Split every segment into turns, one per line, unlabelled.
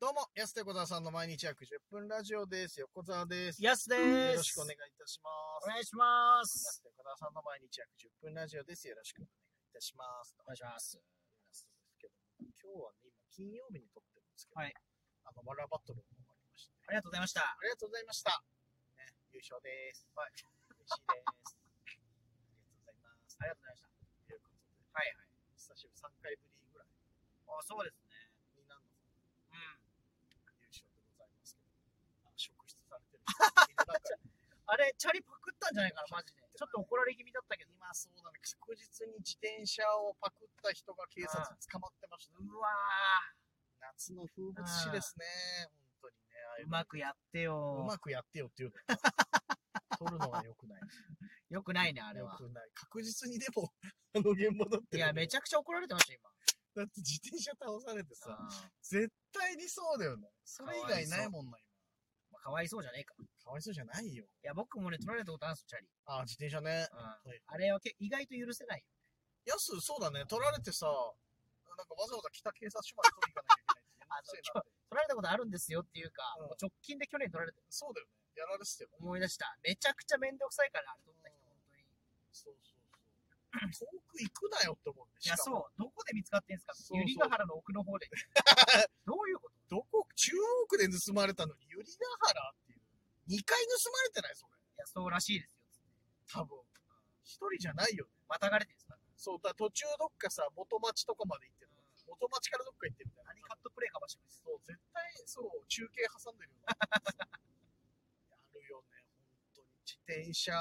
どうも、安手小沢さんの毎日約10分ラジオです。横澤です。
やすでーす。
よろしくお願いいたしま
お
す。
願いし
安
ます。
手小沢さんの毎日約10分ラジオです。よろしくお願いいたします。
お願いしま
で
す。
すけども今日はね、今、金曜日に撮ってるんですけど、
はい
あの、わらバトルも終わりましたね、
ありがとうございました。
ありがとうございました。ね、優勝です。はい。嬉しいです。ありがとうございます。
ありがとうございました。
ということで、
はいはい。
久しぶり3回ぶりぐらい
あ、そうですね。
になるのかな
うん。
優勝でございますけど、あの職質されてる人いる中で
あれ、チャリパクったんじゃないかな、マジで。ちょっと怒られ気味だったけど。
今そうだね、確実に自転車をパクった人が警察に捕まってました、
うわ
夏の風物詩ですね、本当にね。ああいうの
ー。うまくやって
う
よ。
まくやってよっていうの。取るのは良くない。
よくないね、あれ
良
は。
くない。確実にでも、あの現場だって
い
ね、
や、めちゃくちゃ怒られてました、今。
だって自転車倒されてさ、
うん
絶対にそうだよね。それ以外ないもんな、
まあかわいそうじゃねえか。い
今。かわいそうじゃないよ。
や、僕もね、取られたことあるんですよ、チャリ。
ああ、自転車ね。
うん。
はい
あれはけ意外と許せないよ。
やす、そうだね。取られてさ、なんかわざわざ北警察署まで取りに行かなきゃいけないって。めんどく
あ
せえなって
取られたことあるんですよっていうか、
うん
もう直近で去年取られた
そうだよね。やられてたよね。
思い出した。めちゃくちゃめんどくさいから、あれ取った人、本当に。
そうそうそう。遠く行くなよって思うね。
いや、
しか
そ
も
う。どこで見つかってんすか
そうそう
ゆりが原の奥の方 で。どういうこと
どこ、中央区で盗まれたのに、ゆりが原っていう。2回盗まれてないそれ。
いや、そうらしいですよ。
多分。一人じゃないよね。
またがれてるんですか
そう、だから途中どっかさ、元町とかまで行ってる。元町からどっか行ってるみたいな。
何カットプレイかもしれないです。
そう、絶対、そう、中継挟んでるような。やるよね、本当に。自転車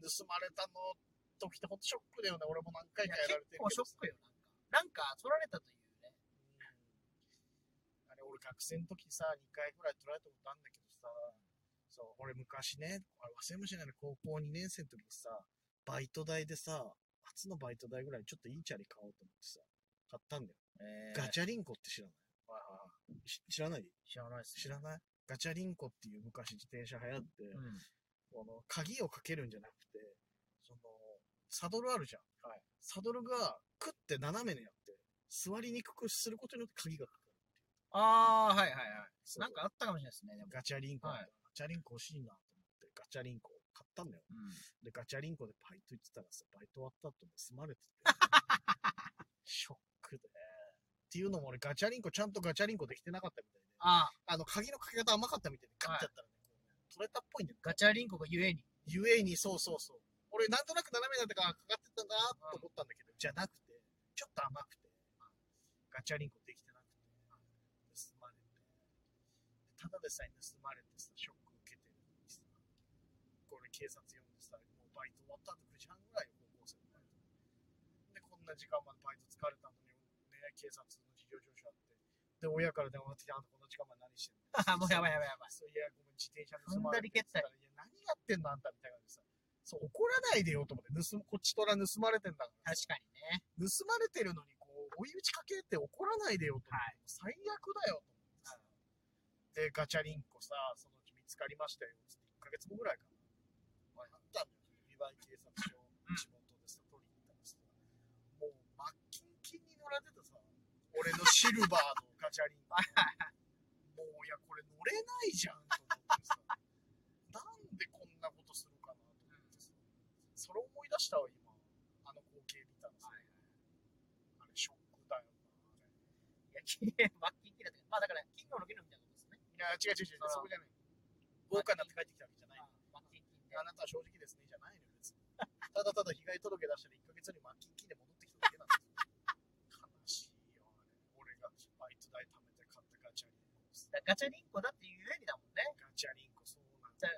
盗まれたの時って本当ショックだよね。俺も何回
いや
かやられてる
結
け
構
ど
ショックよ、なんか。なんか、取られたというね。
うんあれ、俺学生の時さ、2回ぐらい取られたことあるんだけどさ、そう、俺昔ね、あれ忘れもしないの、高校2年生の時にさ、バイト代でさ、初のバイト代ぐらいにちょっといいチャリ買おうと思ってさ、買ったんだよ。ガチャリンコって知らないし知らない
知らないです、
知らないガチャリンコっていう昔自転車流行って、
うん。
この鍵をかけるんじゃなくて、その、サドルあるじゃん。サドルがクッて斜めにやって、座りにくくすることによって鍵がかかる。
ああ、はいはいはい。
そう
なんかあったかもしれないですね、でも。
ガチャリンコ、
はい
ガチャリンコ欲しいなと思って、ガチャリンコを買ったんだよ。
うん
で、ガチャリンコでバイト行ってたらさ、バイト終わった後盗まれてて。ショックで。っていうのも俺、ガチャリンコ、ちゃんとガチャリンコできてなかったみたいで、
ああ、
あの、鍵のかけ方甘かったみたいで、ガッてやったらね、こうね取れたっぽいんだよ。
ガチャリンコがゆえに。
ゆえに、そうそうそう。俺、なんとなく斜めになってからかかってたんだなと思ったんだけど、じゃなくて、ちょっと甘くて、ガチャリンコできてなくて、盗まれて、ただでさえ盗まれてさ、ショック受けてるのにさ、これ警察呼んでさ、もうバイト終わった後9時半ぐらいよ、高校生のバイト。で、こんな時間までバイト疲れたのに、ね、警察の事情聴取あって、で、親から電話が来て、あんたこんな時間まで何してんの
ああ、もうやばいやばいやばい。
そういや、ごめん、自転車盗まれ
踏んだり蹴った
ら、いや、何やってんのあんたみたいな感じでさ。そう、怒らないでよと思って、盗む、こっちとら盗まれてんだから。
確かにね。
盗まれてるのに、こう、追い打ちかけって怒らないでよと思って、最悪だよと思ってさ。で、ガチャリンコさ、そのうち見つかりましたよ。つって1ヶ月後ぐらいかな。あったんだよ。リバイ警察署、地元でさ、取りに行ったんですもう、マッキンキンに乗られてたさ、俺のシルバーのガチャリンコ。もういや、これ乗れないじゃんと思ってさ、なんでこんなことするかなと思ってさ、それ思い出したわ、今、あの光景見たらさ、あれ、ショックだよな、あれ。
いや、き れい、罰金切れたけど。まあだから、金魚のゲルみたいなことですね。
いや、違う違う違う、
そ
そうこじゃない。豪華になって帰ってきたわけじゃない。
あ罰金金で。
あなたは正直ですね、じゃないのよ、別に。 ただただ被害届出したら1ヶ月に満金金で戻ってきただけなんですよ。悲しいよ、あれ。俺がバイト代貯めて買ったガチャリンコさ。
だからガチャリンコだってゆえにだもんね。
ガチャリンコ、そうなん
じゃあ、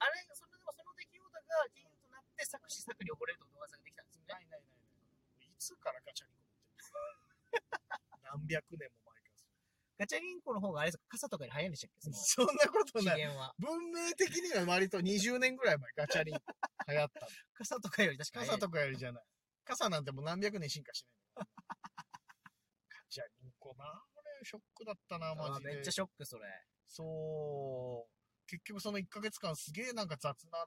あれ、それでもその出来事が原因となって、作詞作に溺れると動画作ができたんですよね。
ないないないない。いつからガチャリンコ持ってるの何百年も前から
ガチャリンコの方があれですか、傘とかに早いんでしたっけその、
そんなこと
次
ない。
元は。
文明的には割と20年ぐらい前、ガチャリンコ 流行ったの。
傘とかより確かに早
傘
い。
とかよりじゃない。傘なんてもう何百年進化して ないの。ガチャリンコな、これショックだったな、マ
あ
ジ
めっ
で
ちゃ。ショック、それ。
そう。結局その1ヶ月間すげえなんか雑な、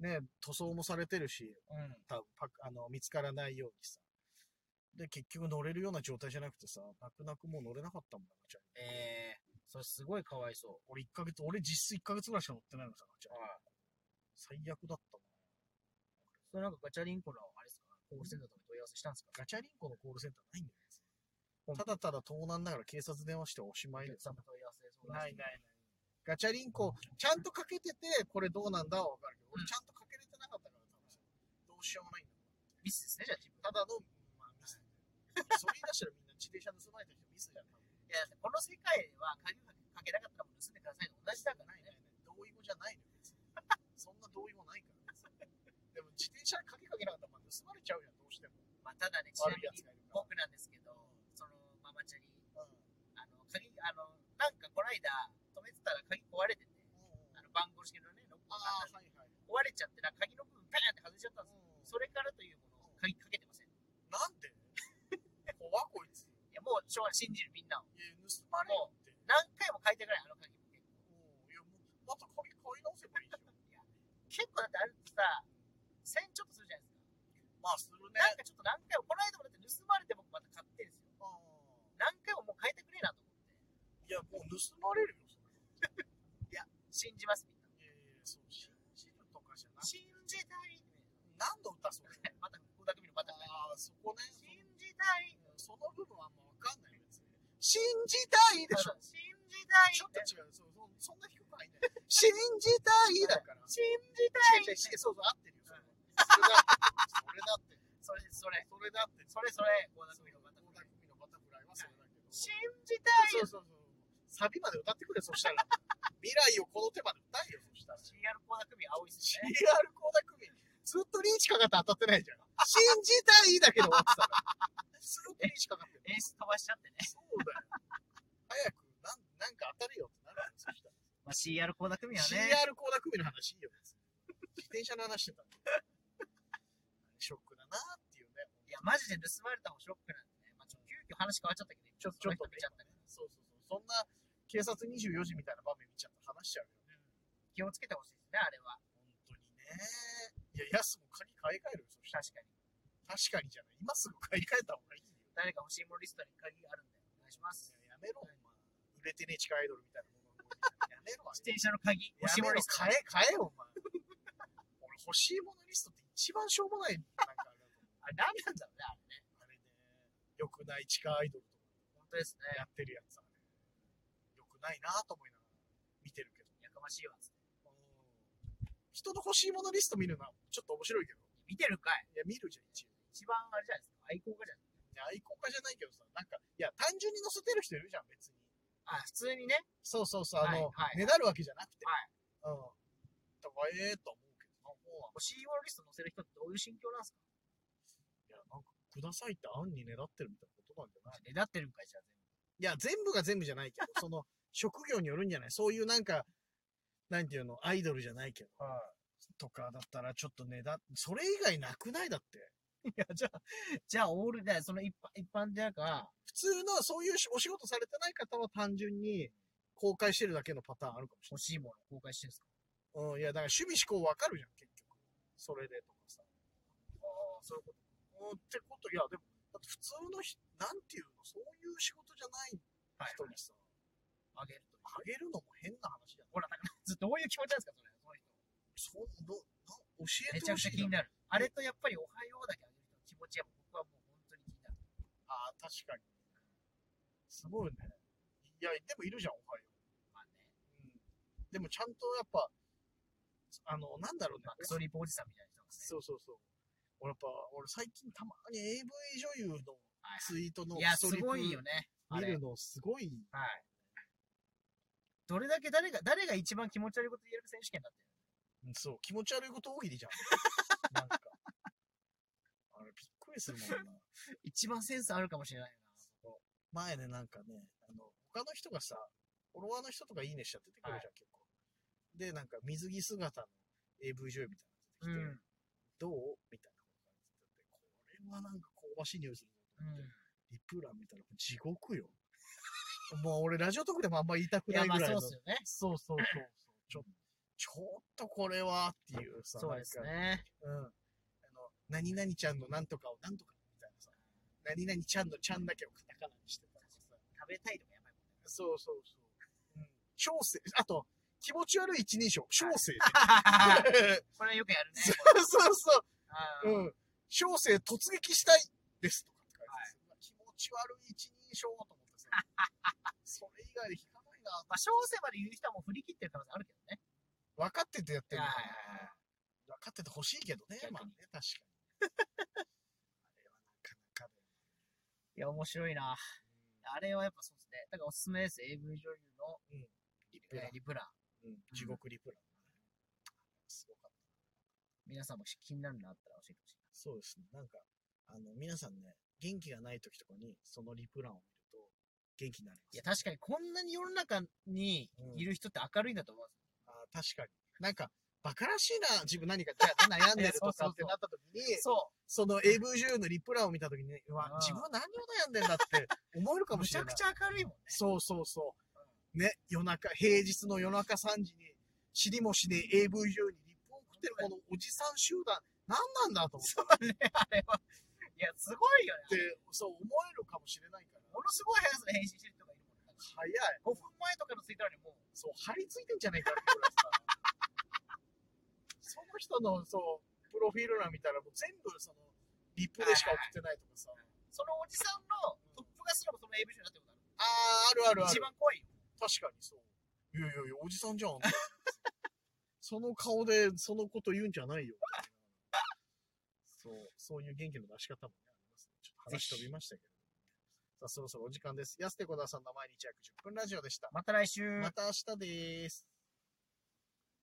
ね、塗装もされてるし、
うん。
多分パクあの見つからないようにさ。で、結局乗れるような状態じゃなくてさ、泣く泣くもう乗れなかったもんな、ガチャリンコ
えー、それすごいかわいそ
俺1ヶ月、俺実質1ヶ月ぐらいしか乗ってないのさ、ガチ
う。
ャリンコ。最悪だったな。
それなんかガチャリンコの、あれですか、コールセンターとかに問い合わせしたんですか
ガチャリンコのコールセンターないんだ
う
よ。
ん
ただただ盗難だから警察電話しておしま
お
いで
客
す。
さんの問い合わせ相談
ないないない。ガチャリンコ、ちゃんとかけてて、これどうなんだはわかるけど、
う
俺
ん
ちゃんとかけれてなかったから、多分どうしようもないんだ。
ミスですね、じゃあ自分。
ただの、まあ、ミス。それ言い出したらみんな自転車盗まれた人ミスじゃん。多分
いや、この世界は鍵をかけなかったらもう盗んでくださいと同じだから
ないな
ね。
いない。同意語じゃないのよ、別に。そんな同意もないから、別にでも自転車かけかけなかったらまあ盗まれちゃうじゃん、どうしても。
まあ、ただね、ちな
悪
み
いや
に
つがいるから。
僕なんですけど、そのママチャリ、
うん
あの、鍵、あの、なんかこの間、止めてたら鍵壊れてて、あの、番号式のね、ロック
あ
が
あ
あっ、た
はいはい。
の壊れちゃって、なんか鍵の部分、ガーンって外れちゃったんですよ。それからというもの、鍵かけてません。い
なんで怖っこいつ。
や、もう、しょうがない、信じるみんなを。
いや、盗まれるって。
何回も変えてからい、あの鍵も結構。
うんいや、もう、また髪買い直せばいいじゃん。
結構だってあれってさ、1000ちょっとするじゃないですか。
まあ、するね。
なんかちょっと何回も、この間もだって盗まれて僕また買ってるんですよ。
うん
何回ももう変えてくれなと思っ
い
て。
や、もう盗まれるよ、それ。
信じます、みんな。
いやいや、そう、信じるとかじゃなくて。
信じたい。
何の歌それ。
また、小田組のバタフライ。
ああ、そこね。
信じたい。
その部分はあんまわかんないよ、別に。信じたいでしょ。
信じたい。
ちょっと違う。そうそうそんな低くないね。信じたいだ から。
信じた
違う違
い。
うそうそう、合ってるよ、それ。
うん
それだって。
それ、それ、
それだって。
それ、それ、小田組のバタフライ。
組のバタフライはそれだけど。
信じたい。
そうそうそう。サビまで歌ってくれ、そした ら。未来をこの手まで歌えよ、そしたら。
CR 小田組、青いですね。
CR コーダ組、ずっとリーチかかって当たってないじゃん。信じたいだけど終わってたら。ずっとリーチかかってる。
演出飛ばしちゃってね。
そうだよ。早く、なんなんか当たれよってなるよ、そしたら。
まあ、CR 小田組はね。
CR コーダ組の話いいよ、別に自転車の話してたんで。ショックだなっていうね。
いや、マジで盗まれた方ショックなんでね。まあ、ちょっと急遽話変わっちゃったけど、
ちょちょっと
見ちゃったね。
そうそうそう。そんな警察24時みたいな場面見ちゃったら話しちゃうよね。
気をつけてほしいですね、あれは。
本当にね。いや、ヤスも鍵買い替えるよ、そしたら。
確かに。
確かにじゃない。今すぐ買い替えた方がいいよ。
誰か欲しいものリストに鍵あるんで、お願いします。
いややめろ、お前。売れてねえ地下アイドルみたいなもの。やめろ、あれ
自転車の鍵、
や
欲しい
め
もの
ろ
リ、スト。
買え、買えよ、お前。俺、欲しいものリストって一番しょうもない。なんかあれだと思う
あれ、何なんだろうね、あれね。
あれね、良くない地下アイドルと
本当です
か
ね。
やってるやつあれ。良くないなと思いながら見てるけど。
やかましいわ。
人の欲しいものリスト見るのはちょっと面白いけど。
見てるかい
いや、見るじゃん、一応。
一番あれじゃないですか。愛好家じゃない
いや、愛好家じゃないけどさ、なんか、いや、単純に載せてる人いるじゃん、別に。
あ、普通にね。
そうそうそう、あの、
はい
ね
はい
だるわけじゃなくて。
はい
うん。だから、ええと思うけどな、もう、
欲しいものリスト載せる人ってどういう心境なんですか
いや、なんか、くださいって案にねだってるみたいなことなんじゃない
ねだってるんかい、じゃあ全
いや、全部
部。
が全部じゃない けど、その、職業によるんじゃないそういうなんか、なんていうの、アイドルじゃないけど、とかだったら、ちょっとねだ、それ以外なくないだって。
いや、じゃあ、じゃあ、オールだよ。その一般、一般じゃか、
普通の、そういうしお仕事されてない方は単純に、公開してるだけのパターンあるかもしれ
欲しいものを公開してるんですか
ない。うん、いや、だから趣味思考わかるじゃん、結局。それでとかさ。
ああ、そういうこと。
うん、ってこと、いや、でも、だって普通のひ、なんていうの、そういう仕事じゃない
はい。
人にさ、
あげると。
あげるのも変な話じゃん。
ほら、だから、どういう気持ちなんですか、それ。その人。
そう、ど、な教えて
めちゃ
ほ
くち
し
ゃ
い
気に
な。
なる。あれとやっぱりおはようだけあげる人の気持ちは僕はもう本当に気になる。
ああ、確かに。すごいね。いや、でもいるじゃん、おはよ
まあね。
う。うん。でもちゃんとやっぱ、あの、なんだろうね
まあ、。クソリポおじさんみたいな人ですね。
そうそうそう。俺やっぱ、俺最近たまに AV 女優の
はい
ツイートの
いや、
スト
す
リップ
ごいよね。あ
見
れ
る。のすごい。
はい。どれだけ誰が、誰が一番気持ち悪いこと言える選手権だって。
うんそう、気持ち悪いこと多いでじゃん。なん か。あれ、びっくりするもんな。
一番センスあるかもしれないよな。
前ね、なんかね、あの、他の人がさ、フォロワーの人とかいいねしちゃっててくれるじゃん、結構。で、なんか水着姿の AV 女優みたいなの出てきて、どうみたいなことが出てて、これはなんか香ばしい匂いする
う
なと
ん
思って、。リプラン見たら地獄よ。 もう俺、ラジオトークでもあんま言いたく
い
な
や、
い
まあ
ぐらい
そう
の。
っすよね。
そうそうそうそう。ちょ、ちょっとこれはっていうさ、
そうです
なんか
ね。
うん。あの、何々ちゃんのなんとかをなんとかみたいなさ、何々ちゃんのちゃんだけをカタカナにしてたりさ、
食べたいとかやばいもんね。
そうそうそう。小生、あと、気持ち悪い一人称、小生ね。
これはよくやるね。
そうそうそう。
あー
うん。小生突撃したいですとかって書いてある気持ち悪い一人称と思ってさ。それ以外で引かないな。
まあ、小生まで言う人はもう振り切ってる可能性あるけどね。
分かっててやってるのか
はいはいはい
な。分かっててほしいけどね。
逆に
まあね、確かに。あれはなかなかね。
いや、面白いな。あれはやっぱそうですね。だからおすすめです。AV 女優の、
うん
リ
プラ
えーリプラン。
うん地獄リプラン。すごかった。
皆さんもし気になるのあったら教えてほしい。
そうですね。なんか、あの、皆さんね、元気がない時とかに、そのリプランを見ると、元気になります
いや、。確かにこんなに世の中にいる人って明るいんだと思うんです
あー確かに。なんか、バカらしいな、自分何かじゃあ悩んでるとかってなった時に、
よ。
その AV 女優のリプランを見たときに、うわ
うん、
自分は何を悩んでんだって思えるか
そう。
も
む
し
ち
れ
ゃ
な
く
い。
ちゃ明るいもんね。
そうそうそう。ね、夜中、平日の夜中3時に、知りもしねえ AV 女優にリプを送ってるこのおじさん集団、何なんだと思っ
そうね、あれは。いや、すごいよね。
て、そう思えるかもしれないから、
ものすごい速さで変身してる人がいるもんね。
早い。
5分前とかのツイッターにもう、
そう、張り付いてんじゃないかってぐらいさ、その人の、そう、プロフィール欄見たら、もう全部その、リプでしか送ってないとかさ、
そのおじさんのトップがすらもその AV 女優になってるこ
あー、あるあ
と
るあ
ある。一
る。
番怖いよ。
確かにそう。いやいやいや、おじさんじゃん。 その顔でそのこと言うんじゃないよ。そう、そういう元気の出し方もね、ありますね。ちょっと話飛びましたけど。さあ、そろそろお時間です。安手小田さんの毎日約10分ラジオでした。
また来週。
また明日です。